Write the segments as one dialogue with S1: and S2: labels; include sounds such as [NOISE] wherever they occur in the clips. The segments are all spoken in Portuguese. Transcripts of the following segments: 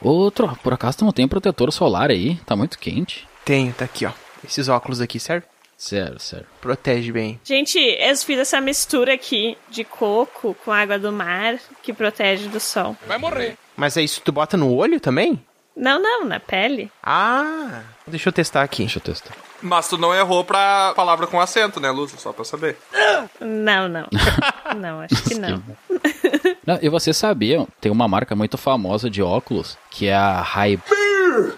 S1: Outro, por acaso tu não tem protetor solar aí? Tá muito quente.
S2: Tenho, tá aqui, ó. Esses óculos aqui, serve?
S1: Sério, sério.
S2: Protege bem.
S3: Gente, eu fiz essa mistura aqui de coco com água do mar que protege do sol.
S4: Vai morrer.
S2: Mas é isso, tu bota no olho também?
S3: Não, não, na pele.
S2: Ah, deixa eu testar aqui.
S1: Deixa eu testar.
S4: Mas tu não errou pra palavra com acento, né, Lúcio? Só pra saber.
S3: Não,
S4: [LAUGHS]
S3: não. não, acho que não.
S1: [LAUGHS] Não, e você sabia, tem uma marca muito famosa de óculos, que é a Ray.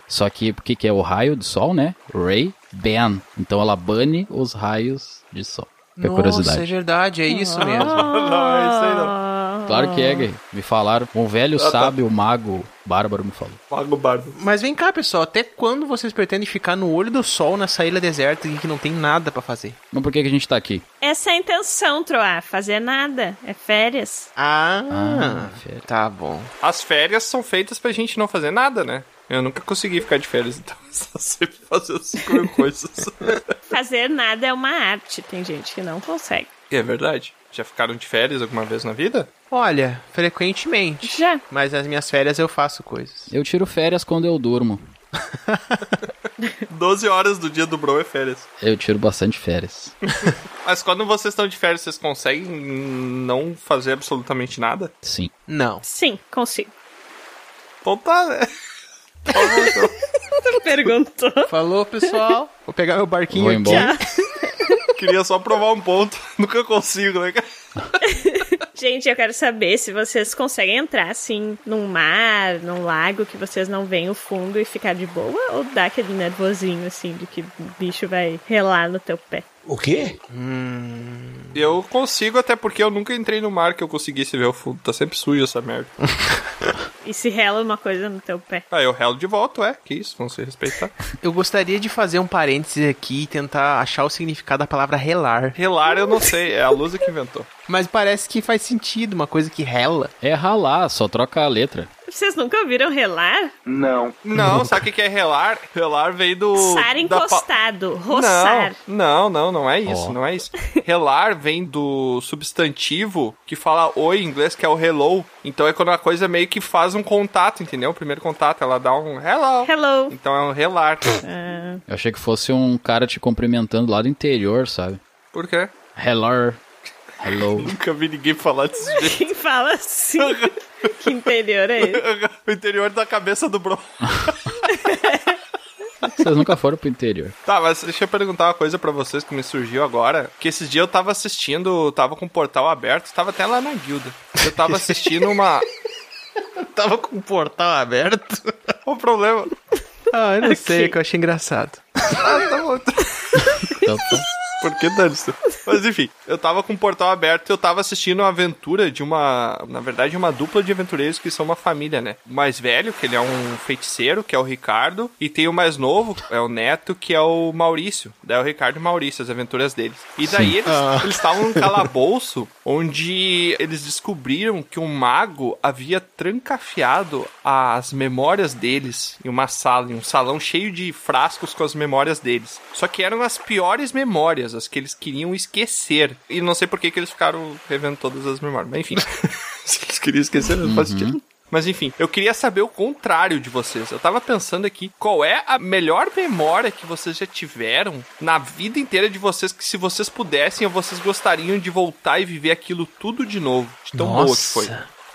S1: Só que o que que é o raio de sol, né? Ray Ban. Então ela bane os raios de sol. Que é
S2: Nossa, é
S1: curiosidade.
S2: verdade, é isso mesmo.
S4: Ah. Não, isso aí não.
S3: Oh.
S4: Tá.
S1: Claro que é, gay. Me falaram. Um velho sábio, mago, bárbaro me falou.
S4: Paga o bardo.
S2: Mas vem cá, pessoal, até quando vocês pretendem ficar no olho do sol nessa ilha deserta em que não tem nada pra fazer?
S1: Mas por que, que a gente tá aqui?
S3: Essa é a intenção, Troar. Fazer nada. É férias.
S2: Ah,
S1: Ah, férias.
S2: tá bom.
S4: As férias são feitas pra gente não fazer nada, né? Eu nunca consegui ficar de férias, então [LAUGHS] eu só sempre fazer as cinco [LAUGHS] coisas.
S3: Fazer nada é uma arte. Tem gente que não consegue.
S4: E é verdade. Já ficaram de férias alguma vez na vida?
S2: Olha, frequentemente.
S3: Já.
S2: Mas nas minhas férias eu faço coisas.
S1: Eu tiro férias quando eu durmo.
S4: 12 horas do dia do Bro é férias.
S1: Eu tiro bastante férias.
S4: Mas quando vocês estão de férias, vocês conseguem não fazer absolutamente nada?
S1: Sim.
S2: Não.
S3: Sim, consigo.
S4: Então tá, né?
S3: Perguntou.
S1: [LAUGHS]
S2: Falou, pessoal. Vou pegar meu barquinho
S1: Vou
S2: aqui.
S1: embora.
S4: Queria só provar um ponto. [LAUGHS] Nunca consigo, né, cara?
S3: Gente, eu quero saber se vocês conseguem entrar, assim, num mar, num lago que vocês não veem o fundo e ficar de boa ou dá aquele nervosinho, assim, de que o bicho vai relar no teu pé.
S5: O quê?
S4: Eu consigo, até porque eu nunca entrei no mar que eu conseguisse ver o fundo. Tá sempre sujo essa [LAUGHS] merda.
S3: E se rela uma coisa no teu pé.
S4: Ah, eu relo de volta, é. Que isso, vão se respeitar.
S2: Eu gostaria de fazer um parêntese aqui e tentar achar o significado da palavra relar.
S4: Relar eu não sei, é a Lusa que inventou.
S2: Mas parece que faz sentido, uma coisa que rela.
S1: É ralar, só troca a letra.
S3: Vocês nunca ouviram relar?
S4: Não, sabe o que que é relar? Relar veio do...
S3: Sar
S4: da pa-
S3: encostado, roçar.
S4: Não, não, não, não é isso,
S1: Ó.
S4: não é isso. Relar vem do substantivo que fala oi em inglês, que é o hello. Então é quando a coisa meio que faz um contato, entendeu? O primeiro contato, ela dá um hello.
S3: Hello.
S4: Então é um relar.
S1: Eu achei que fosse um cara te cumprimentando lá do interior, sabe?
S4: Por quê?
S1: Hello. Hello.
S4: Nunca vi ninguém falar desse jeito.
S3: Quem fala assim? que interior é esse?
S4: [LAUGHS] o interior da cabeça do bro.
S1: Vocês nunca foram pro interior.
S4: Tá, mas deixa eu perguntar uma coisa pra vocês que me surgiu agora. Que esses dias eu tava assistindo, tava com o portal aberto, tava até lá na guilda. Eu tava assistindo uma.
S2: [LAUGHS]
S4: [LAUGHS]
S2: Tava com o portal aberto.
S4: O um problema.
S2: Ah, eu não sei, é [LAUGHS] que eu achei engraçado.
S4: Ah, tá bom.
S1: Então, tá.
S4: Por que dane-se? Mas enfim, eu tava com o portal aberto e eu tava assistindo uma aventura de uma. Na verdade, uma dupla de aventureiros que são uma família, né? O mais velho, que ele é um feiticeiro, que é o Ricardo, e tem o mais novo, é o Neto, que é o Maurício. Daí é o Ricardo e o Maurício, as aventuras deles. E daí eles eles estavam num calabouço onde eles descobriram que um mago havia trancafiado as memórias deles em uma sala, em um salão cheio de frascos com as memórias deles. Só que eram as piores memórias, as que eles queriam esquecer. E não sei por que, que eles ficaram revendo todas as memórias, mas enfim. [LAUGHS] Uhum. Se eles queriam esquecer, não faz sentido. Mas enfim, eu queria saber o contrário de vocês. Eu tava pensando aqui, qual é a melhor memória que vocês já tiveram na vida inteira de vocês que se vocês pudessem, vocês gostariam de voltar e viver aquilo tudo de novo. De tão boa que foi.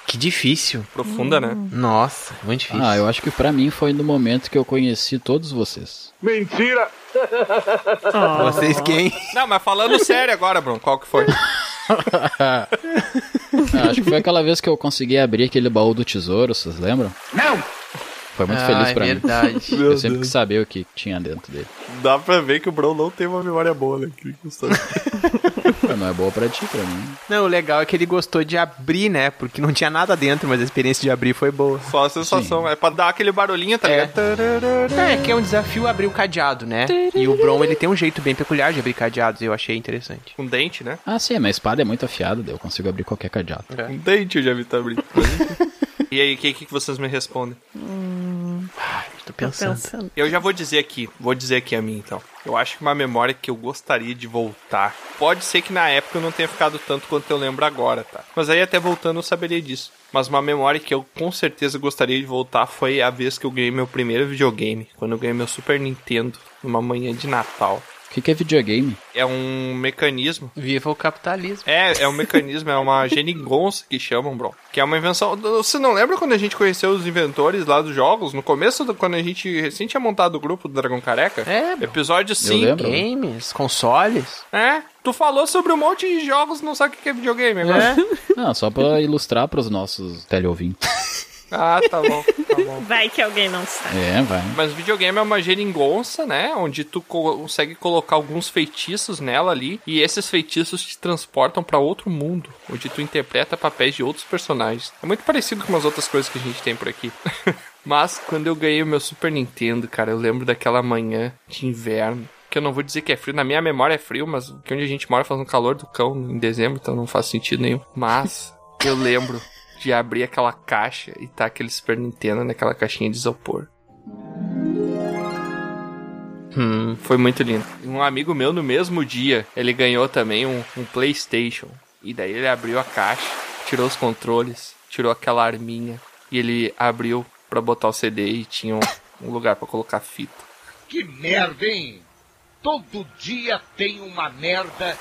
S2: que difícil.
S4: Profunda, né?
S2: Hum. Nossa, muito difícil.
S1: Ah, eu acho que pra mim foi no momento que eu conheci todos vocês.
S2: Vocês [LAUGHS] quem?
S4: Não, mas falando sério agora, Bruno, qual que foi?
S1: Ah, acho que foi aquela vez que eu consegui abrir aquele baú do tesouro, vocês lembram? Não! Foi muito feliz
S2: é
S1: pra mim.
S2: verdade.
S1: Eu sempre quis saber o que tinha dentro dele.
S4: Dá pra ver que o Bruno não tem uma memória boa, né?
S1: Pô, Não é boa pra ti, pra mim.
S2: Não, o legal é que ele gostou de abrir, né? Porque não tinha nada dentro, mas a experiência de abrir foi boa.
S4: Só a sensação. É pra dar aquele barulhinho, tá
S2: É.
S4: ligado? Tararara.
S2: É, que é um desafio abrir o cadeado, né? E o Bron, ele tem um jeito bem peculiar de abrir cadeados, eu achei interessante.
S4: Com dente, né?
S1: Ah, sim, minha espada é muito afiada, daí eu consigo abrir qualquer cadeado.
S4: Com dente eu já vi tá abrindo. Mas enfim. E aí, o que, que vocês me respondem?
S2: Tô pensando.
S3: pensando.
S4: Eu já vou dizer aqui, vou dizer aqui a minha então. Eu acho que uma memória que eu gostaria de voltar. Pode ser que na época eu não tenha ficado tanto quanto eu lembro agora, tá? Mas aí até voltando eu saberia disso. Mas uma memória que eu com certeza gostaria de voltar foi a vez que eu ganhei meu primeiro videogame, quando eu ganhei meu Super Nintendo, numa manhã de Natal.
S1: O que, que é videogame?
S4: É um mecanismo
S2: Viva o capitalismo.
S4: é, é um mecanismo, é uma geringonça que chamam, bro. Que é uma invenção. Você não lembra quando a gente conheceu os inventores lá dos jogos? No começo, do- quando a gente recém tinha montado o grupo do Dragão Careca?
S2: É, bro.
S4: Episódio 5.
S1: lembro.
S2: Games, consoles.
S4: É? Tu falou sobre um monte de jogos, não sabe o que é videogame agora.
S1: Não, Ah, só pra ilustrar pros nossos teleouvintes.
S4: Ah, tá bom, tá bom.
S3: Vai que alguém não sabe.
S1: É, vai.
S4: Mas videogame é uma geringonça, né? Onde tu co- consegue colocar alguns feitiços nela ali. E esses feitiços te transportam pra outro mundo. Onde tu interpreta papéis de outros personagens. É muito parecido com umas outras coisas que a gente tem por aqui. [LAUGHS] Mas quando eu ganhei o meu Super Nintendo, cara, eu lembro daquela manhã de inverno. Que eu não vou dizer que é frio, na minha memória é frio, mas que onde a gente mora faz um calor do cão em dezembro, então não faz sentido nenhum. Mas eu lembro de abrir aquela caixa e tá aquele Super Nintendo naquela caixinha de isopor. Hum, foi muito lindo. Um amigo meu, no mesmo dia, ele ganhou também um, um PlayStation. E daí ele abriu a caixa, tirou os controles, tirou aquela arminha. E ele abriu pra botar o CD e tinha um, um lugar pra colocar fita.
S5: Que merda, hein? Todo dia tem uma merda.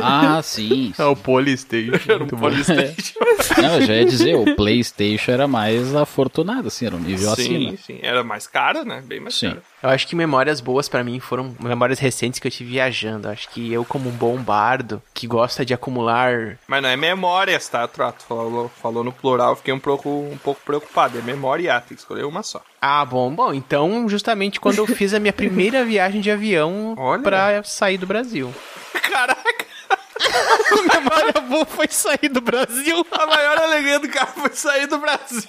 S1: Ah, sim.
S2: É o [LAUGHS] Polystation.
S4: Era um PlayStation.
S1: Não, eu já ia dizer,
S2: [LAUGHS]
S1: o PlayStation era mais afortunado, assim, era um nível
S4: sim,
S1: acima.
S4: sim. Era mais caro, né? Bem mais
S1: Sim.
S4: caro.
S2: Eu acho que memórias boas pra mim foram memórias recentes que eu tive viajando. Eu acho que eu, como um bom bardo, que gosta de acumular.
S4: Mas não é memórias, tá, Trato? Falou, falou no plural, eu fiquei um pouco, um pouco preocupado. É memória, tem que escolher uma só.
S2: Ah, bom, bom. Então, justamente quando eu fiz a minha primeira viagem de avião
S4: Olha.
S2: pra sair do Brasil.
S4: [LAUGHS]
S2: [LAUGHS]
S4: Caraca!
S2: memória boa foi sair do Brasil.
S4: A maior alegria do cara foi sair do Brasil.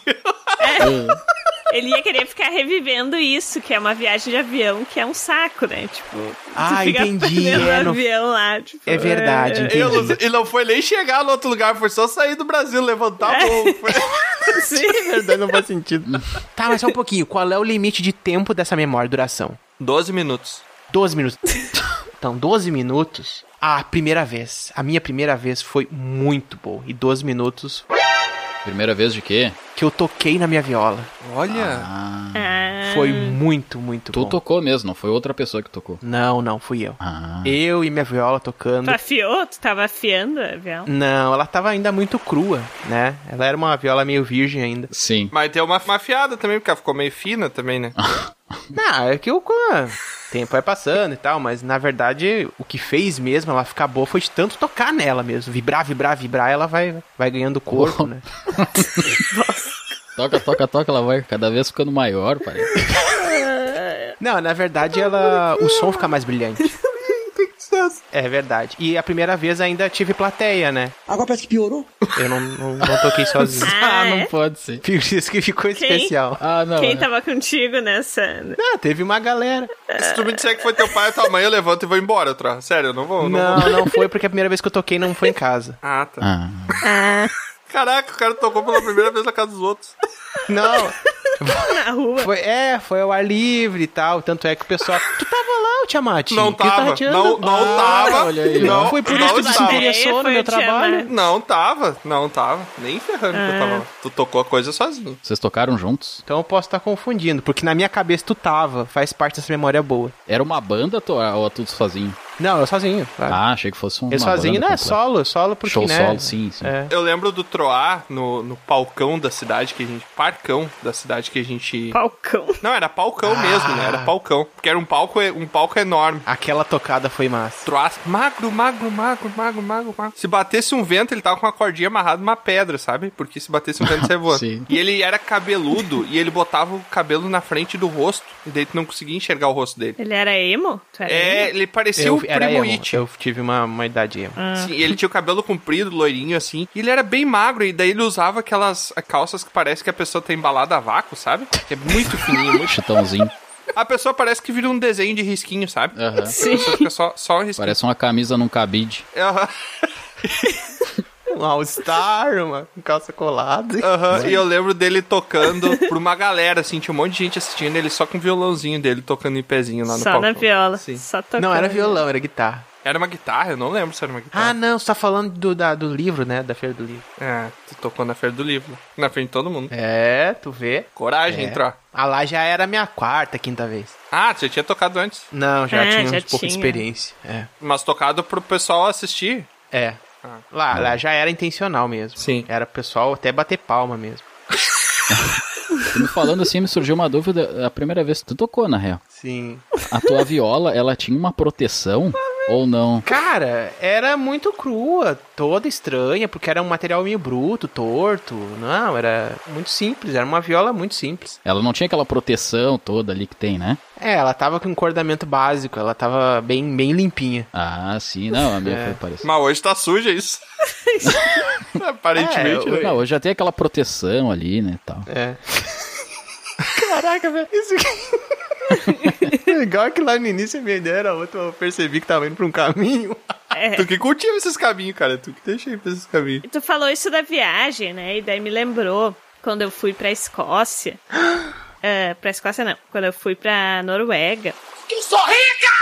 S3: Ele ia querer ficar revivendo isso, que é uma viagem de avião, que é um saco, né? Tipo, tu
S2: Ah,
S3: fica
S2: entendi.
S3: aprendendo
S2: É, não-
S3: avião lá, tipo,
S2: É verdade, entendi. [LAUGHS]
S4: Eu não- E não foi nem chegar no outro lugar, foi só sair do Brasil, levantar a mão. Foi...
S3: é,
S2: Na É verdade, não faz sentido. tá, mas só um pouquinho. Qual é o limite de tempo dessa memória duração?
S4: 12 minutos.
S2: 12 minutos. Então, 12 minutos. A primeira vez. A minha primeira vez foi muito boa. E 12 minutos
S1: Primeira vez de quê?
S2: que eu toquei na minha viola.
S4: Olha.
S1: Ah,
S3: Ah,
S2: Foi muito, muito
S1: tu
S2: bom.
S1: tocou mesmo, não foi outra pessoa que tocou.
S2: Não, não, fui eu.
S1: Ah,
S2: Eu e minha viola tocando.
S3: Tu afiou? Tu tava afiando o
S2: [LAUGHS]
S3: avião?
S2: Não, ela tava ainda muito crua, né? Ela era uma viola meio virgem ainda.
S1: sim.
S4: Mas deu uma mafiada também, porque ela ficou meio fina também, né?
S2: Não, é que o ah, tempo vai passando e tal, mas na verdade o que fez mesmo ela ficar boa foi de tanto tocar nela mesmo. Vibrar, vibrar, vibrar, ela vai, vai ganhando corpo, né?
S1: Toca, toca, toca, ela vai cada vez ficando maior, parece.
S2: Não, na verdade ela. O som fica mais
S6: [LAUGHS]
S2: brilhante. É verdade. E a primeira vez ainda tive plateia, né?
S6: Agora parece que piorou.
S2: Eu não, não, não toquei
S3: [LAUGHS]
S2: sozinho.
S3: [LAUGHS] Ah, é?
S1: pode ser.
S2: Por isso que ficou especial.
S1: Ah, não.
S3: Quem tá-
S1: é.
S3: tava contigo nessa?
S2: Não, teve uma galera.
S4: Se tu me disser que foi teu pai ou tua mãe, eu levanto e vou embora, Tro. Sério, eu não vou. Não. vou.
S2: Não, não foi porque a primeira vez que eu toquei não foi em casa.
S4: Ah, tá.
S1: Ah,
S2: Ah.
S4: Caraca, o cara tocou pela primeira vez na casa dos outros.
S2: Não,
S3: [LAUGHS] Na rua?
S2: foi, é, foi ao ar livre e tal. Tanto é que o pessoal. Tu tava lá, Tiamat?
S4: Não
S2: Que tá tu tava
S4: tava.
S2: tirando-
S4: Não, não
S1: Ah,
S4: tava.
S1: olha aí,
S4: não,
S1: ó.
S2: Foi por
S4: não
S2: isso que tu se
S4: tava.
S2: interessou no
S3: Foi
S2: meu
S3: o Tiamat.
S2: trabalho.
S4: Não tava, não tava. Nem ferrando que eu tava lá. Tu tocou a coisa sozinho.
S1: vocês tocaram juntos?
S2: Então eu posso estar confundindo, porque na minha cabeça tu tava, faz parte dessa memória boa.
S1: Era uma banda to- ou é tudo sozinho?
S2: Não, eu sozinho. Claro.
S1: Ah, achei que fosse uma
S2: eu sozinho,
S1: banda
S2: né?
S1: completa.
S2: Solo, solo porque,
S1: Show
S2: né?
S1: solo, sim, sim.
S2: É.
S4: Eu lembro do Troar no, no palcão da cidade que a gente. Parcão da cidade que a gente.
S3: Falcão.
S4: Não, era palcão mesmo, né? Era
S2: Ah.
S4: palcão. Porque era um palco, um palco enorme.
S2: Aquela tocada foi massa.
S4: Troas, magro, magro, magro, magro, magro, magro. Se batesse um vento, ele tava com uma cordinha amarrada numa pedra, sabe? Porque se batesse um vento, você voa.
S1: Sim.
S4: E ele era cabeludo e ele botava o cabelo na frente do rosto. E daí tu não conseguia enxergar o rosto dele.
S3: Ele era emo? Tu era
S4: É,
S3: emo?
S4: ele parecia o
S2: era
S4: primo
S2: emo,
S4: It.
S2: eu tive uma, uma idade emo.
S4: Sim, e ele tinha o cabelo comprido, loirinho, assim. E ele era bem magro, e daí ele usava aquelas calças que parece que a pessoa tá embalada a vácuo, sabe? Que é muito fininho, muito...
S1: [LAUGHS] Chitãozinho.
S4: A pessoa parece que vira um desenho de risquinho, sabe?
S1: Aham.
S4: A pessoa fica só, só um risquinho.
S1: Parece uma camisa num cabide.
S4: Aham.
S2: um All-Star, uma calça colada.
S4: Aham, e eu lembro dele tocando pra uma galera, assim, tinha um monte de gente assistindo ele só com o violãozinho dele tocando em pezinho lá no
S3: Só
S4: palco.
S3: na viola.
S4: Sim.
S3: Só tocando.
S2: Não, era violão, era guitarra.
S4: Era uma guitarra? Eu não lembro se era uma
S2: Ah,
S4: guitarra.
S2: não, você tá falando do, da- do livro, né? Da Feira do Livro.
S4: É, tu tocou na Feira do Livro. Na frente de todo mundo.
S2: É, tu vê.
S4: Coragem,
S2: É.
S4: entrar.
S2: Ah, lá já era a minha quarta, quinta vez.
S4: Ah, você tinha tocado antes.
S2: Não, já
S3: É,
S2: tinha
S3: já
S2: um pouco de
S3: tinha.
S2: experiência. É.
S4: Mas tocado pro pessoal assistir.
S2: É.
S4: Ah.
S2: Lá, lá já era intencional mesmo.
S4: Sim.
S2: Era pro pessoal até bater palma mesmo.
S1: Tu me falando assim, me surgiu uma dúvida. A primeira vez que tu tocou, na real.
S2: Sim.
S1: A tua viola, ela tinha uma proteção ou não?
S2: Cara, era muito crua, toda estranha, porque era um material meio bruto, torto. Não, era muito simples, era uma viola muito simples.
S1: Ela não tinha aquela proteção toda ali que tem, né?
S2: É, ela tava com encordamento básico, ela tava bem, bem limpinha.
S1: Ah, sim. Não, a minha
S4: É.
S1: foi parecida.
S4: Mas hoje tá suja
S3: [LAUGHS]
S4: isso. [LAUGHS] Aparentemente,
S2: É,
S4: né?
S2: eu-
S1: Não, hoje já tem aquela proteção ali, né, tal.
S2: É. [LAUGHS] Caraca, velho, isso aqui... Legal é que [LAUGHS] lá no início a minha ideia era outra, eu percebi que tava indo pra um caminho.
S3: É.
S4: Tu que cultiva esses caminhos, cara. Tu que deixa aí pra esses caminhos.
S3: E Tu falou isso da viagem, né? E daí me lembrou quando eu fui pra Escócia. É, pra Escócia não, quando eu fui pra Noruega.
S5: Eu sou rica!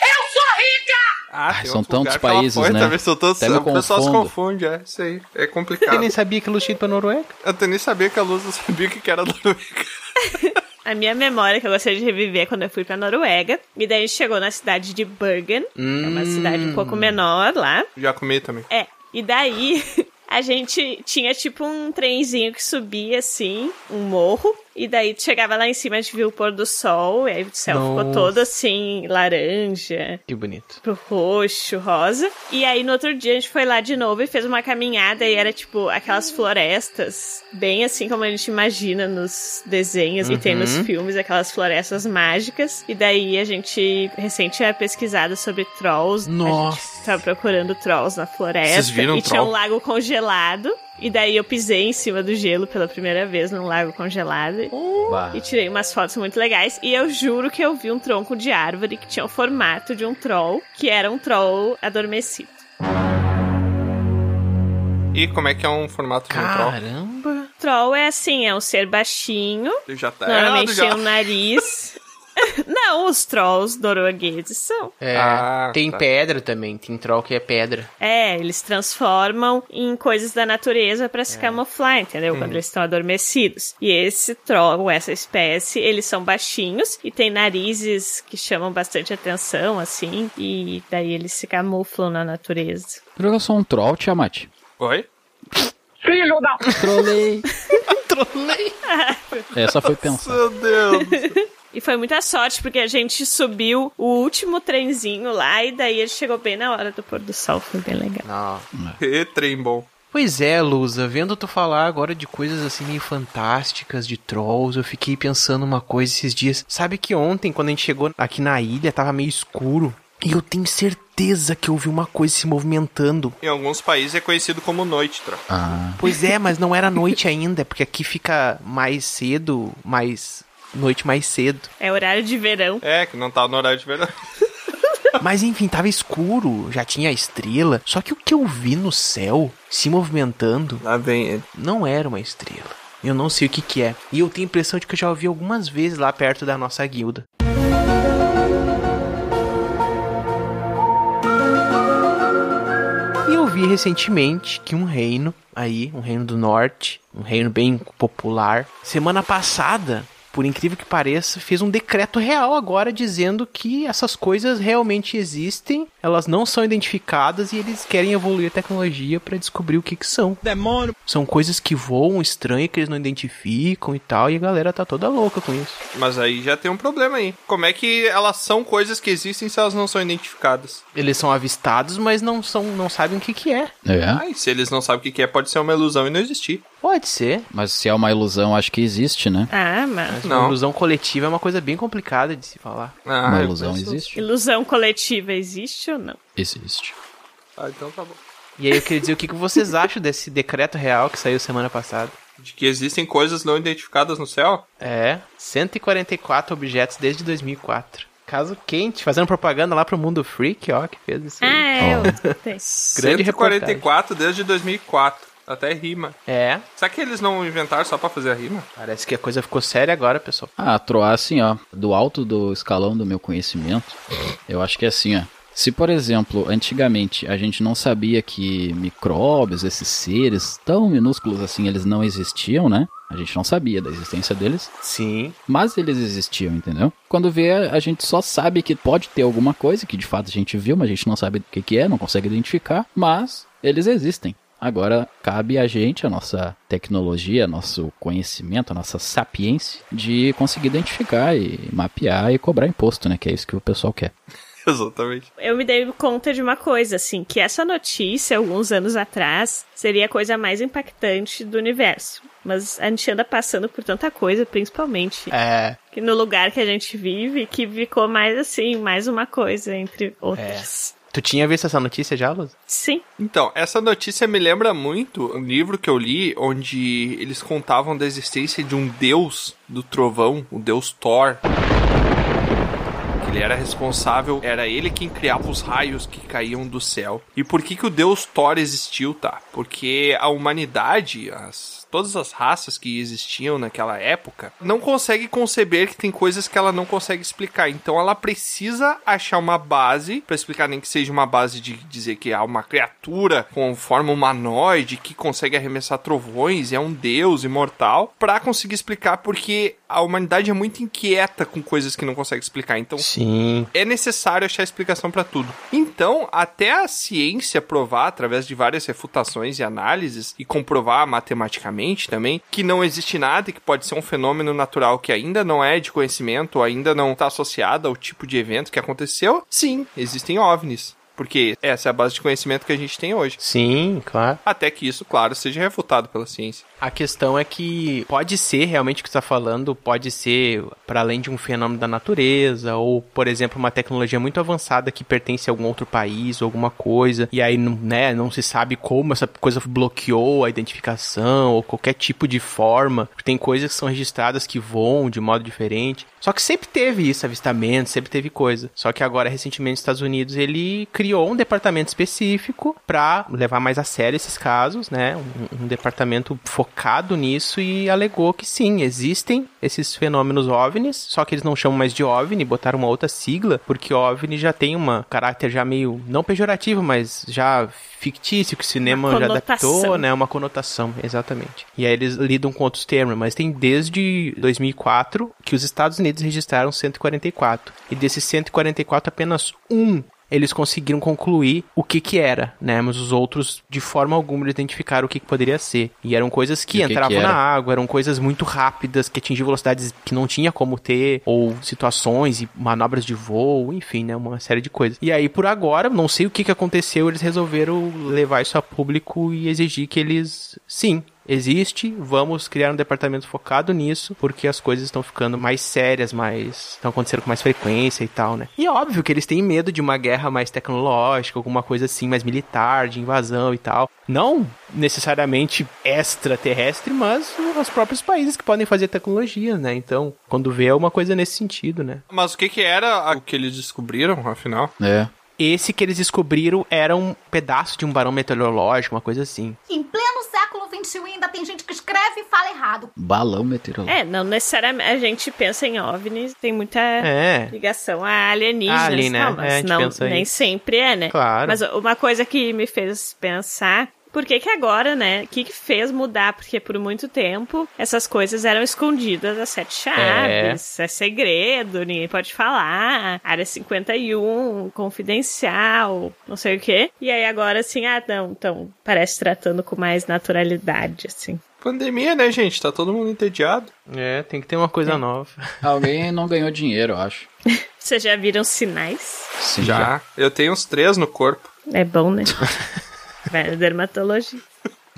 S5: Eu sou rica!
S4: Ah,
S1: Ai,
S4: tem
S1: são
S4: outro
S1: tantos
S4: lugar que ela
S1: países,
S4: foi,
S1: né?
S4: Também, são tantos,
S1: Até me
S4: o pessoal se
S1: confundo.
S4: confunde, é. Isso aí. É
S3: [LAUGHS]
S2: Eu
S4: complicado.
S2: nem sabia que Luz tinha ido pra Noruega.
S4: Eu até nem sabia que a luz não sabia o que que era Noruega.
S3: A minha memória que eu gostaria de reviver é quando eu fui pra Noruega. E daí a gente chegou na cidade de Bergen, que é uma cidade um pouco menor lá.
S4: Já comi também.
S3: É, e daí [LAUGHS] a gente tinha tipo um trenzinho que subia assim, um morro, e daí tu chegava lá em cima, a gente viu o pôr do sol, e aí o céu ficou
S2: Nossa.
S3: todo assim, laranja.
S2: Que bonito.
S3: Pro roxo, rosa. E aí, no outro dia, a gente foi lá de novo e fez uma caminhada. E era tipo aquelas florestas, bem assim como a gente imagina nos desenhos que tem
S4: Uhum.
S3: nos filmes, aquelas florestas mágicas. E daí, a gente recém tinha pesquisado sobre trolls. A gente
S2: Nossa.
S3: tava procurando trolls na floresta.
S4: Vocês viram
S3: e tinha um
S4: troll?
S3: lago congelado. E daí, eu pisei em cima do gelo pela primeira vez num lago congelado.
S4: Oh.
S1: Bah.
S3: E tirei umas fotos muito legais. E eu juro que eu vi um tronco de árvore que tinha o formato de um troll, que era um troll adormecido.
S4: E como é que é um formato de um troll?
S2: Caramba!
S3: Troll é assim, é um ser baixinho,
S4: Ele Já tá errado,
S3: normalmente
S4: já.
S3: tem um nariz. [LAUGHS] Não, os trolls noruegueses são.
S2: É,
S4: Ah,
S2: tem
S4: tá.
S2: pedra também, tem troll que é pedra.
S3: É, eles transformam em coisas da natureza pra se camuflar, entendeu? Quando eles estão adormecidos. E esse troll, essa espécie, eles são baixinhos e tem narizes que chamam bastante atenção, assim, e daí eles se camuflam na natureza.
S1: Tu jogou só um troll, Tiamat?
S4: Oi?
S5: Filho da...
S1: [LAUGHS] Trolei.
S2: Trolei!
S1: Essa foi pensar.
S4: Meu Deus.
S3: E foi muita sorte, porque a gente subiu o último trenzinho lá e daí ele chegou bem na hora do pôr do sol, foi bem legal.
S2: Não.
S4: e trem bom.
S2: Pois é, Lusa, vendo tu falar agora de coisas assim meio fantásticas, de trolls, eu fiquei pensando uma coisa esses dias. Sabe que ontem, quando a gente chegou aqui na ilha, tava meio escuro. E eu tenho certeza que eu vi uma coisa se movimentando.
S4: Em alguns países é conhecido como noite, troll.
S1: Ah,
S2: Pois é, mas não era noite ainda, porque aqui fica mais cedo, mais. Noite mais cedo.
S3: É horário de verão.
S4: É, que não tá no horário de verão.
S2: Mas enfim, tava escuro, já tinha estrela. Só que o que eu vi no céu se movimentando
S4: Lá vem ele.
S2: não era uma estrela. Eu não sei o que que é. E eu tenho a impressão de que eu já ouvi algumas vezes lá perto da nossa guilda. E eu vi recentemente que um reino aí, um reino do norte, um reino bem popular, semana passada, por incrível que pareça, fez um decreto real agora dizendo que essas coisas realmente existem, elas não são identificadas e eles querem evoluir a tecnologia pra descobrir o que que são. São coisas que voam estranho, que eles não identificam e tal, e a galera tá toda louca com isso.
S4: Mas aí já tem um problema aí. Como é que elas são coisas que existem se elas não são identificadas?
S2: Eles são avistados, mas não são, não sabem o que que é.
S1: é.
S4: Ah, e se eles não sabem o que que é, pode ser uma ilusão e não existir.
S2: Pode ser.
S1: Mas se é uma ilusão, acho que existe, né?
S3: Ah, mas.
S4: Não.
S2: Uma ilusão coletiva é uma coisa bem complicada de se falar.
S4: Ah,
S1: Uma
S4: eu
S1: ilusão
S4: penso-
S2: É.
S1: existe?
S3: Ilusão coletiva existe ou não?
S1: Existe.
S4: Ah, então tá bom.
S2: E aí eu queria dizer o que que vocês acham desse decreto real que saiu semana passada.
S4: De que existem coisas não identificadas no céu?
S2: É, 144 objetos desde 2004. Caso quente, fazendo propaganda lá pro Mundo Freak, ó, que fez isso aí.
S3: Ah, é, eu escutei. [LAUGHS]
S2: Grande
S4: 144 desde 2004. Até rima.
S2: É,
S4: Será que eles não inventaram só pra fazer a rima?
S2: parece que a coisa ficou séria agora, pessoal.
S1: Ah, troar assim, ó, do alto do escalão do meu conhecimento, eu acho que é assim, ó. Se, por exemplo, antigamente a gente não sabia que micróbios, esses seres tão minúsculos assim, eles não existiam, né? A gente não sabia da existência deles,
S2: Sim.
S1: mas eles existiam, entendeu? Quando vê, a gente só sabe que pode ter alguma coisa, que de fato a gente viu, mas a gente não sabe o que que é, não consegue identificar, mas eles existem. Agora cabe a gente, a nossa tecnologia, nosso conhecimento, a nossa sapiência de conseguir identificar e mapear e cobrar imposto, né? Que é isso que o pessoal quer.
S4: [LAUGHS] Exatamente.
S3: eu me dei conta de uma coisa, assim, que essa notícia, alguns anos atrás, seria a coisa mais impactante do universo. Mas a gente anda passando por tanta coisa, principalmente
S2: É,
S3: que no lugar que a gente vive, que ficou mais assim, mais uma coisa entre outras.
S2: tu tinha visto essa notícia já, Luz?
S3: Sim.
S4: Então, essa notícia me lembra muito um livro que eu li, onde eles contavam da existência de um deus do trovão, o deus Thor. que Ele era responsável, era ele quem criava os raios que caíam do céu. E por que, que o deus Thor existiu, tá? Porque a humanidade, as, todas as raças que existiam naquela época, não consegue conceber que tem coisas que ela não consegue explicar. Então ela precisa achar uma base pra explicar, nem que seja uma base de dizer que há uma criatura com forma humanoide que consegue arremessar trovões, é um deus imortal, pra conseguir explicar porque a humanidade é muito inquieta com coisas que não consegue explicar. Então
S2: Sim.
S4: é necessário achar explicação para tudo. Então, até a ciência provar, através de várias refutações e análises, e comprovar matematicamente também, que não existe nada e que pode ser um fenômeno natural que ainda não é de conhecimento, ou ainda não está associado ao tipo de evento que aconteceu, sim, existem ovnis. Porque essa é a base de conhecimento que a gente tem hoje.
S2: Sim, claro.
S4: Até que isso, claro, seja refutado pela ciência.
S2: A questão é que pode ser realmente o que você está falando, pode ser para além de um fenômeno da natureza, ou, por exemplo, uma tecnologia muito avançada que pertence a algum outro país, ou alguma coisa, e aí não- né, não se sabe como essa coisa bloqueou a identificação, ou qualquer tipo de forma. Tem coisas que são registradas que voam de modo diferente. Só que sempre teve isso, avistamento, sempre teve coisa. Só que agora, recentemente, nos Estados Unidos, ele criou um departamento específico para levar mais a sério esses casos, né? Um, um departamento focado nisso e alegou que sim, existem esses fenômenos OVNIs, só que eles não chamam mais de OVNI, botaram uma outra sigla, porque OVNI já tem uma caráter já meio, não pejorativo, mas já fictício, que o cinema
S3: Uma
S2: já adaptou,
S3: conotação.
S2: né? Uma conotação, exatamente. E aí eles lidam com outros termos, mas tem desde 2004 que os Estados Unidos registraram 144. E desses 144, apenas um eles conseguiram concluir o que que era, né? Mas os outros, de forma alguma, eles identificaram o que, que poderia ser. E eram coisas que
S1: E o que que
S2: entravam na
S1: era?
S2: água, eram coisas muito rápidas, que atingiam velocidades que não tinha como ter, ou situações e manobras de voo, enfim, né? Uma série de coisas. E aí, por agora, não sei o que, que aconteceu, eles resolveram levar isso a público e exigir que eles, sim, existe, vamos criar um departamento focado nisso, porque as coisas estão ficando mais sérias, mais estão acontecendo com mais frequência e tal, né? E é óbvio que eles têm medo de uma guerra mais tecnológica, alguma coisa assim, mais militar, de invasão e tal. Não necessariamente extraterrestre, mas os próprios países que podem fazer tecnologia, né? Então, quando vê é uma coisa nesse sentido, né?
S4: Mas o que, que era o que eles descobriram, afinal?
S1: É.
S2: Esse que eles descobriram era um pedaço de um barão meteorológico, uma coisa assim.
S6: Em pleno século XXI ainda tem gente que escreve e fala errado.
S1: Balão meteorológico.
S3: É, não necessariamente. A gente pensa em OVNIs, tem muita
S2: É.
S3: ligação a alienígenas.
S2: Ali, né?
S3: Não, mas
S2: É, a gente
S3: não,
S2: pensa
S3: nem
S2: isso.
S3: sempre é, né?
S2: Claro.
S3: Mas uma coisa que me fez pensar. Por que, que agora, né? O que, que fez mudar? Porque por muito tempo essas coisas eram escondidas a sete chaves. É, segredo, ninguém pode falar. Área 51, confidencial, não sei o quê. E aí agora, assim, ah, não, então parece tratando com mais naturalidade, assim.
S4: Pandemia, né, gente? Tá todo mundo entediado.
S2: É, tem que ter uma coisa nova.
S1: Alguém não ganhou dinheiro, eu acho.
S3: Vocês já viram sinais?
S1: Sim,
S4: Já. Eu tenho uns três no corpo.
S3: É bom, né? Vai na dermatologia.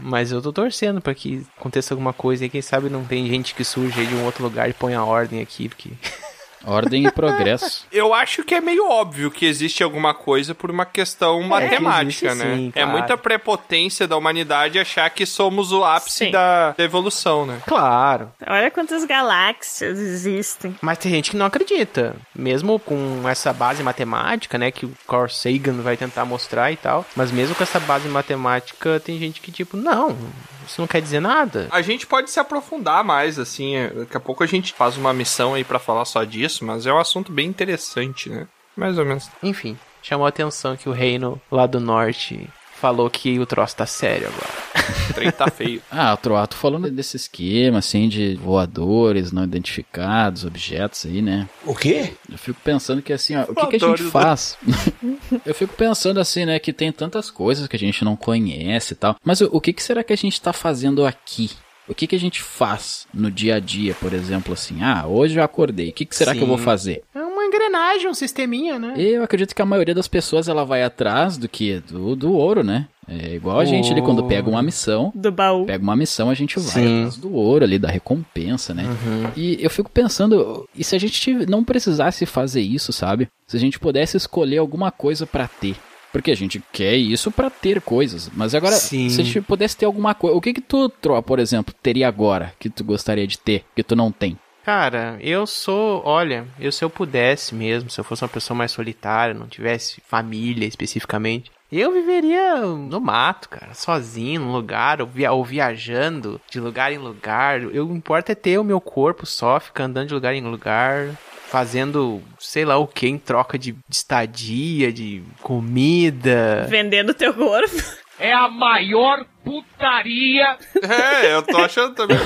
S2: Mas eu tô torcendo pra que aconteça alguma coisa e quem sabe não tem gente que surge aí de um outro lugar e põe a ordem aqui, porque [LAUGHS]
S1: Ordem e progresso.
S4: Eu acho que é meio óbvio que existe alguma coisa por uma questão matemática,
S2: É, existe
S4: né?
S2: sim,
S4: É
S2: claro.
S4: muita prepotência da humanidade achar que somos o ápice
S3: Sim.
S4: da, da evolução, né?
S2: Claro.
S3: Olha quantas galáxias existem.
S2: Mas tem gente que não acredita. Mesmo com essa base matemática, né? Que o Carl Sagan vai tentar mostrar e tal. Mas mesmo com essa base matemática, tem gente que, tipo, não, isso não quer dizer nada.
S4: A gente pode se aprofundar mais, assim. é, Daqui a pouco a gente faz uma missão aí pra falar só disso, mas é um assunto bem interessante, né? Mais ou menos.
S2: Enfim, chamou a atenção que o reino lá do norte falou que o troço tá sério agora.
S4: O trem tá
S2: [LAUGHS]
S4: feio. [LAUGHS]
S1: Ah, o Troato falando desse esquema, assim, de voadores não identificados, objetos aí, né?
S7: O quê?
S1: Eu fico pensando que assim, ó, o que, que a gente
S4: Voadores, né?
S1: faz? [LAUGHS] Eu fico pensando assim, né, que tem tantas coisas que a gente não conhece e tal. Mas o, o que, que será que a gente tá fazendo aqui? O que, que a gente faz no dia a dia, por exemplo, assim? Ah, hoje eu acordei, o que, que será que eu vou
S2: Sim.
S1: fazer?
S2: É uma engrenagem, um sisteminha, né?
S1: Eu acredito que a maioria das pessoas ela vai atrás do que? Do, do ouro, né? É igual a gente ali quando pega uma missão.
S3: Do baú.
S1: Pega uma missão, a gente vai
S2: Sim. Uhum.
S1: atrás do ouro ali, da recompensa, né? E eu fico pensando, e se a gente tive- não precisasse fazer isso, sabe? Se a gente pudesse escolher alguma coisa pra ter. Porque a gente quer isso pra ter coisas. Mas agora,
S2: Sim.
S1: se a gente pudesse ter alguma coisa. O que que tu, Tro, por exemplo, teria agora que tu gostaria de ter, que tu não tem?
S2: Cara, eu sou, olha, eu se eu pudesse mesmo, se eu fosse uma pessoa mais solitária, não tivesse família especificamente, eu viveria no mato, cara, sozinho, num lugar, ou, via- ou viajando de lugar em lugar. Eu o importa é ter o meu corpo só, ficar andando de lugar em lugar, fazendo sei lá o que em troca de, de estadia, de comida.
S3: Vendendo teu corpo.
S5: É a maior putaria.
S4: É, eu tô achando também.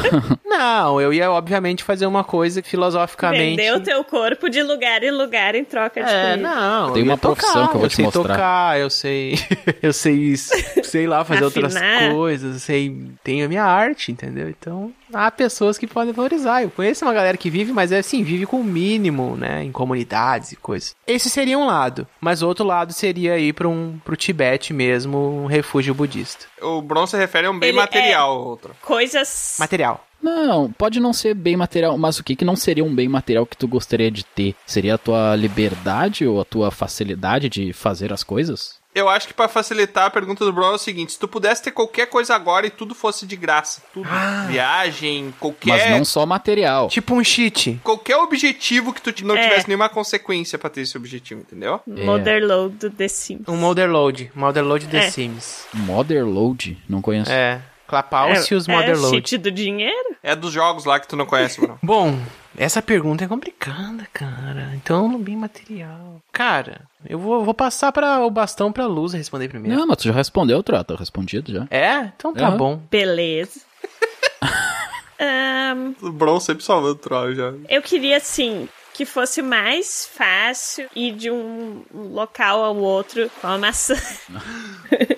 S2: Não, eu ia obviamente fazer uma coisa que filosoficamente.
S3: Vendeu teu corpo de lugar em lugar em troca de
S2: É,
S3: comida.
S2: não.
S1: Tem
S2: eu
S1: uma
S2: ia
S1: profissão
S2: tocar,
S1: que eu vou te
S2: sei
S1: mostrar.
S2: tocar, eu sei. [LAUGHS] eu sei, isso, sei lá, fazer outras
S3: Afinar.
S2: coisas, eu sei. Tenho a minha arte, entendeu? Então, há pessoas que podem valorizar. Eu conheço uma galera que vive, mas é assim, vive com o mínimo, né? Em comunidades e coisas. Esse seria um lado. Mas outro lado seria ir pra um, pro Tibete mesmo, um refúgio budista.
S4: O Bron se refere a um bem
S3: Ele é-
S4: material, outro.
S3: Coisas.
S2: Material.
S1: Não, pode não ser bem material, mas o que, que não seria um bem material que tu gostaria de ter? Seria a tua liberdade ou a tua facilidade de fazer as coisas?
S4: Eu acho que pra facilitar a pergunta do Bron é o seguinte: se tu pudesse ter qualquer coisa agora e tudo fosse de graça, tudo,
S2: Ah.
S4: viagem,
S1: Mas
S4: qualquer
S1: não só material.
S2: Tipo um cheat.
S4: qualquer objetivo que tu t- não
S3: É.
S4: tivesse nenhuma consequência pra ter esse objetivo, entendeu?
S3: Motherload do The Sims.
S2: É. Um Motherload. Motherload The
S3: É.
S2: Sims.
S1: Motherload? Não conheço.
S2: É. Clapaucius
S3: é, é
S2: Motherload.
S3: cheat do dinheiro?
S4: É dos jogos lá que tu não conhece, mano.
S2: Bom, essa pergunta é complicada, cara. Então, no bem material. Cara, eu vou, vou passar para o bastão pra Luz responder primeiro.
S1: Não, mas tu já respondeu, Trota. Respondido já.
S2: É? Então tá
S1: Aham.
S2: bom.
S3: Beleza. Ahn,
S4: [LAUGHS] O Bron sempre salvando o troll já.
S3: eu queria, assim, que fosse mais fácil ir de um local ao outro com a maçã.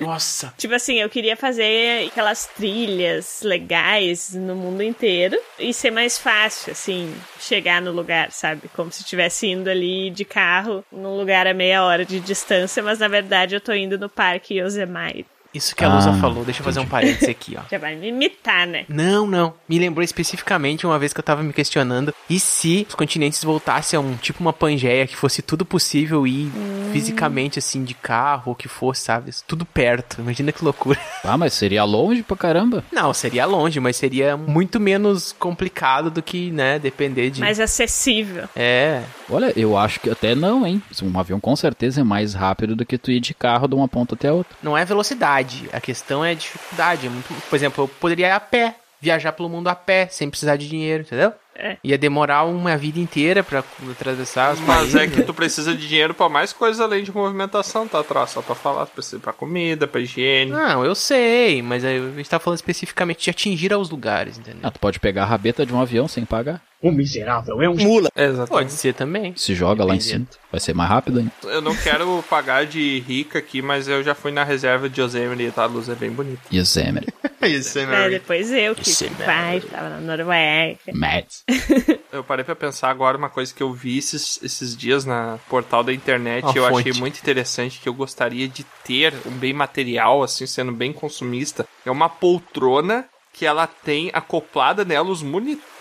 S2: Nossa.
S3: Tipo assim, eu queria fazer aquelas trilhas legais no mundo inteiro e ser mais fácil, assim, chegar no lugar, sabe? Como se estivesse indo ali de carro num lugar a meia hora de distância, mas na verdade eu tô indo no parque Yosemite.
S2: Isso que a Lusa
S1: Ah,
S2: falou, deixa eu fazer um parênteses aqui, ó.
S3: Já vai me imitar, né?
S2: Não, não. Me lembrou especificamente uma vez que eu tava me questionando. E se os continentes voltassem a um tipo uma pangeia que fosse tudo possível ir
S1: Hum.
S2: fisicamente, assim, de carro ou que fosse, sabe? Tudo perto. Imagina que loucura. [LAUGHS]
S1: Ah, mas seria longe pra caramba.
S2: Não, seria longe, mas seria muito menos complicado do que, né, depender de.
S3: Mais acessível.
S2: É.
S1: Olha, eu acho que até não, hein? Um avião com certeza é mais rápido do que tu ir de carro de uma ponta até a outra.
S2: Não é velocidade, a questão é dificuldade. É muito- Por exemplo, eu poderia ir a pé, viajar pelo mundo a pé, sem precisar de dinheiro, entendeu?
S3: É.
S2: Ia demorar uma vida inteira pra atravessar os
S4: Mas
S2: países.
S4: é que tu precisa de dinheiro pra mais coisas além de movimentação, tá, Troll? Só pra falar, tu precisa pra comida, pra higiene.
S2: Não, eu sei, mas aí a gente tá falando especificamente de atingir aos lugares, entendeu?
S1: Ah, tu pode pegar a rabeta de um avião sem pagar.
S7: O miserável é um
S2: Pode
S4: Exatamente.
S2: ser também.
S1: Se joga lá em cima.
S2: Dependendo.
S1: Vai ser mais rápido, hein?
S4: Eu não quero pagar de rica aqui, mas eu já fui na reserva de Yosemite, tá? A luz é bem bonita.
S1: Yosemite.
S4: É
S2: Isso,
S3: Mas né? É, depois eu que fui
S2: Yosemite.
S3: pai, tava na Noruega.
S1: Mads.
S4: Eu parei pra pensar agora uma coisa que eu vi esses, esses dias na portal da internet
S2: Uma
S4: e eu
S2: fonte.
S4: achei muito interessante que eu gostaria de ter um bem material, assim, sendo bem consumista. É uma poltrona que ela tem acoplada nela os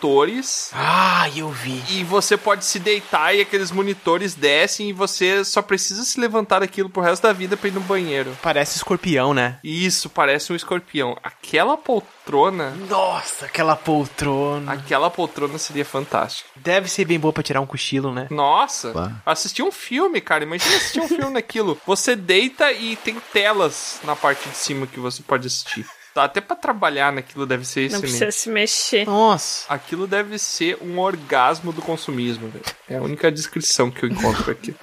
S4: monitores
S2: Ah, eu vi.
S4: e você pode se deitar e aqueles monitores descem e você só precisa se levantar aquilo pro resto da vida pra ir no banheiro.
S2: Parece escorpião, né?
S4: E isso parece um escorpião. Aquela poltrona,
S2: Nossa, aquela poltrona.
S4: aquela poltrona seria fantástica.
S2: Deve ser bem boa pra tirar um cochilo, né?
S4: Nossa,
S1: Bah.
S4: assistir um filme, cara. Imagina assistir um filme naquilo. Você deita e tem telas na parte de cima que você pode assistir. Tá, até pra trabalhar naquilo deve ser
S3: Não
S4: excelente.
S3: precisa se mexer.
S2: Nossa.
S4: Aquilo deve ser um orgasmo do consumismo, velho. É a única descrição que eu encontro aqui.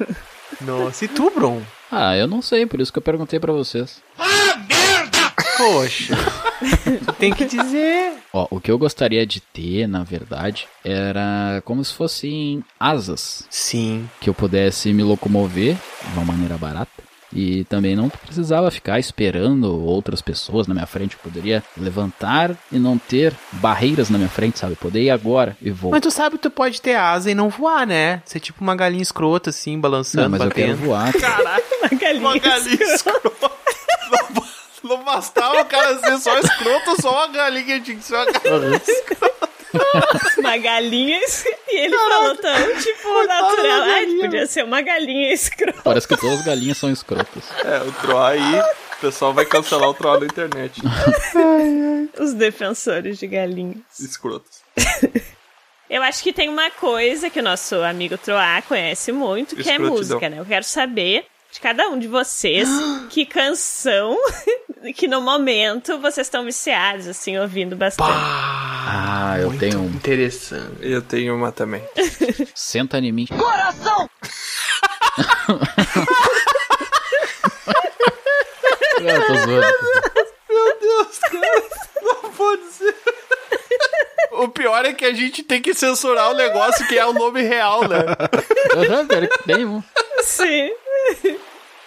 S2: Nossa. E tu, Bron?
S1: Ah, eu não sei, por isso que eu perguntei pra vocês.
S2: Poxa. tu [LAUGHS] tem que dizer.
S1: Ó, o que eu gostaria de ter, na verdade, era como se fossem asas.
S2: Sim.
S1: Que eu pudesse me locomover de uma maneira barata. E também não precisava ficar esperando outras pessoas na minha frente. Eu poderia levantar e não ter barreiras na minha frente, sabe? Eu poder ir agora e vou.
S2: Mas tu sabe que tu pode ter asa e não voar, né? Ser tipo uma galinha escrota, assim, balançando,
S1: não, mas eu
S2: batendo.
S1: quero voar.
S3: Uma galinha.
S4: Uma galinha escrota. Não ba- Não bastava o cara ser só escroto, só uma galinha tinha
S1: [LAUGHS]
S4: que ser uma galinha.
S3: [LAUGHS]
S1: é
S3: Uma galinha es- E ele falou tão, tipo, natural. Ai, podia ser uma galinha escrota.
S1: Parece que todas as galinhas são
S2: [LAUGHS]
S1: escrotas.
S4: É, o Troll aí, o pessoal vai cancelar o Troll na internet.
S3: Os defensores de galinhas.
S4: Escrotos.
S3: Eu acho que tem uma coisa que o nosso amigo Troá conhece muito, que é
S4: Escrotidão.
S3: música, né? Eu quero saber de cada um de vocês que canção [LAUGHS] que no momento vocês estão viciados, assim, ouvindo bastante.
S1: Ah, eu tenho um.
S2: Interessante.
S4: Eu tenho uma também.
S1: Senta em mim. [LAUGHS]
S6: Coração!
S1: Eu tô zoando.
S4: Não pode ser. O pior é que a gente tem que censurar o negócio que é o nome real, né?
S1: Aham, pior que tem um.
S3: [LAUGHS] Sim.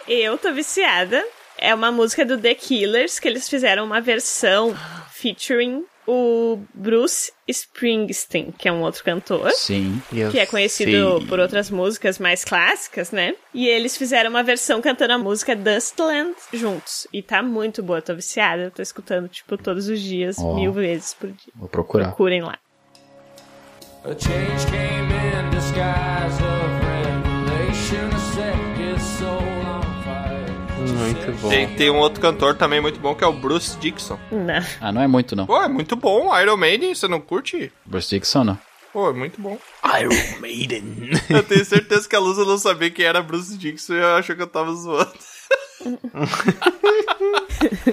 S3: Eu tô viciada. É uma música do The Killers que eles fizeram uma versão featuring o Bruce Springsteen, que é um outro cantor.
S1: Sim.
S2: Eu
S3: que é conhecido
S2: sei.
S3: por outras músicas mais clássicas, né? E eles fizeram uma versão cantando a música Dustland juntos. E tá muito boa, tô viciada, tô escutando, tipo, todos os dias,
S1: Ó.
S3: mil vezes por dia.
S1: Vou procurar.
S3: Procurem lá.
S7: A change came in disguise of revelation set his soul on fire.
S2: Muito bom.
S4: Tem, tem um outro cantor também muito bom que é o Bruce Dixon.
S3: Não.
S1: Ah, não é muito, não.
S4: Pô, é muito bom. Iron Maiden, você não curte?
S1: Bruce Dixon, não.
S4: Pô, é muito bom.
S2: Iron
S1: [LAUGHS]
S2: Maiden.
S4: Eu tenho certeza que a Lusa não sabia quem era Bruce Dixon e achou que eu tava zoando.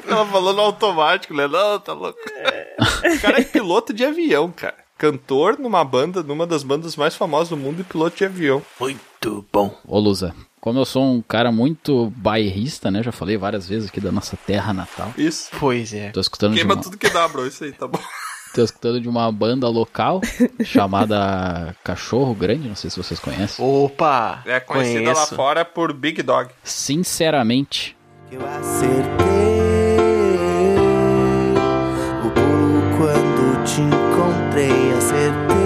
S4: Ela falou no automático, né? Não, tá louco. O cara é piloto de avião, cara. Cantor numa banda, numa das bandas mais famosas do mundo e piloto de avião.
S2: Muito bom.
S1: Ô, Lusa, como eu sou um cara muito bairrista, né? Já falei várias vezes aqui da nossa terra natal.
S4: Isso.
S2: Pois é.
S1: Tô escutando, de
S4: Queima
S1: uma,
S4: tudo que dá, bro. Isso aí, tá bom.
S1: tô escutando de uma banda local chamada Cachorro Grande, não sei se vocês conhecem.
S2: Opa!
S4: É conhecida lá
S2: conheço.
S4: fora por Big Dog.
S1: Sinceramente,
S8: Eu acertei o pulo quando te encontrei. Acertei.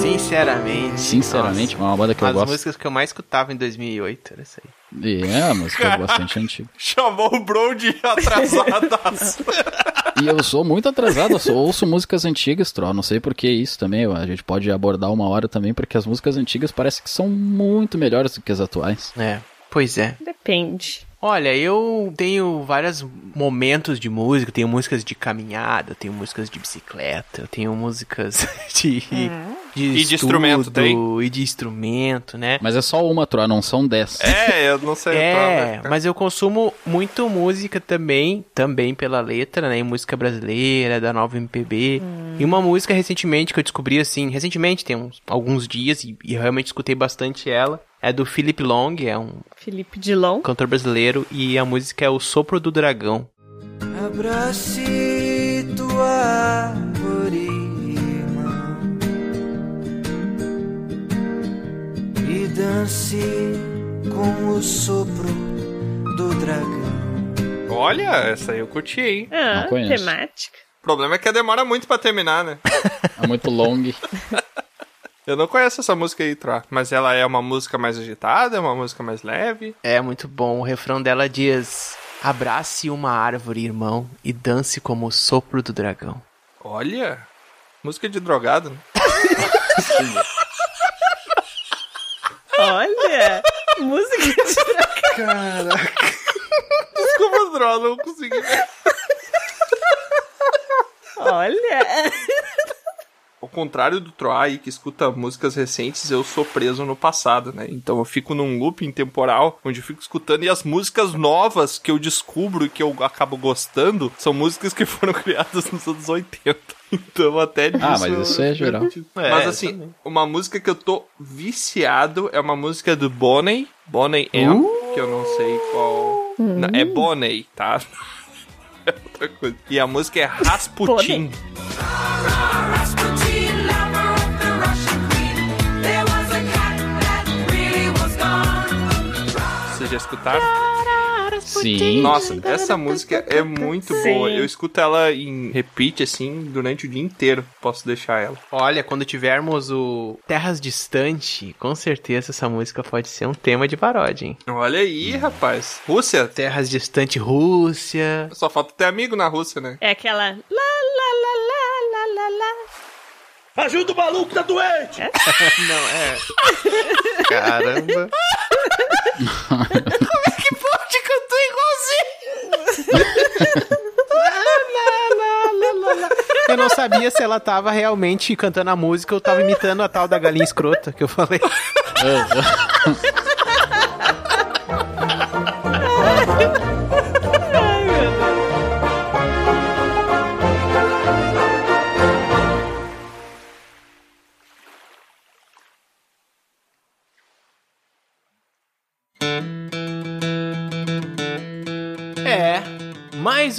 S2: Sinceramente.
S1: sinceramente,
S2: nossa,
S1: é uma banda que eu
S2: Uma das
S1: gosto.
S2: músicas que eu mais escutava em 2008, era isso aí.
S1: E é uma música bastante antiga.
S4: Chamou o bro de [LAUGHS] atrasadaço.
S1: E eu sou muito atrasado, eu só ouço músicas antigas, Tro. Não sei por que isso também. A gente pode abordar uma hora também, porque as músicas antigas parece que são muito melhores do que as atuais.
S2: É. Pois é.
S3: Depende.
S2: Olha, eu tenho vários momentos de música. Tenho músicas de caminhada, tenho músicas de bicicleta, eu tenho músicas [LAUGHS] de. de
S4: E de instrumento,
S2: estudo,
S4: tem?
S2: E de instrumento, né?
S1: Mas é só uma, Tro, não são dez.
S4: É, eu não sei.
S2: É,
S4: tá, né?
S2: mas eu consumo muito música também, também pela letra, né? Música brasileira, da nova MPB. E uma música recentemente que eu descobri, assim, recentemente, tem uns, alguns dias, e, e eu realmente escutei bastante ela. É do Philip Long, é um
S3: Felipe Dilon.
S2: cantor brasileiro, e a música é O Sopro do Dragão.
S8: Abrace tua árvore, irmão, e dance com o sopro do dragão.
S4: Olha, essa aí eu curti, hein?
S3: Ah,
S1: Não conheço.
S3: temática.
S4: O problema é que demora muito pra terminar, né?
S1: É muito long.
S4: Eu não conheço essa música aí, Troá. Mas ela é uma música mais agitada, é uma música mais leve.
S2: É muito bom, o refrão dela diz: Abrace uma árvore, irmão, e dance como o sopro do dragão.
S4: Olha, música de drogado, né?
S1: [LAUGHS]
S3: Olha! Música de dragão.
S4: Desculpa, droga, não consegui.
S3: Olha!
S4: Ao contrário do Troy, que escuta músicas recentes, eu sou preso no passado, né? Então eu fico num looping temporal, onde eu fico escutando, e as músicas novas que eu descubro e que eu acabo gostando, são músicas que foram [LAUGHS] criadas nos anos 80. Então até disso...
S1: Ah, mas isso é geral.
S4: Mas assim, uma música que eu tô viciado é uma música do Bonnie, Bonnie M, que eu não sei qual... Não, é Bonnie, tá? [LAUGHS] É outra coisa. E a música é Rasputin.
S3: Bonnie.
S7: Rasputin, lover of the Russian queen. There was a cat that really was gone.
S4: Vocês já escutaram?
S1: Sim.
S4: Nossa, essa música é muito
S3: Sim.
S4: boa. Eu escuto ela em repeat, assim, durante o dia inteiro. Posso deixar ela.
S2: Olha, quando tivermos o Terras Distante, com certeza essa música pode ser um tema de paródia, hein?
S4: Olha aí, rapaz. Rússia, até.
S2: Terras Distante, Rússia.
S4: Só falta ter amigo na Rússia, né?
S3: É aquela. Lá, lá, lá, lá, lá, lá, lá.
S5: Ajuda o maluco, tá doente!
S2: Não, é. Caramba. [LAUGHS] Eu não sabia se ela tava realmente cantando a música ou tava imitando a tal da galinha escrota que eu falei. É, mais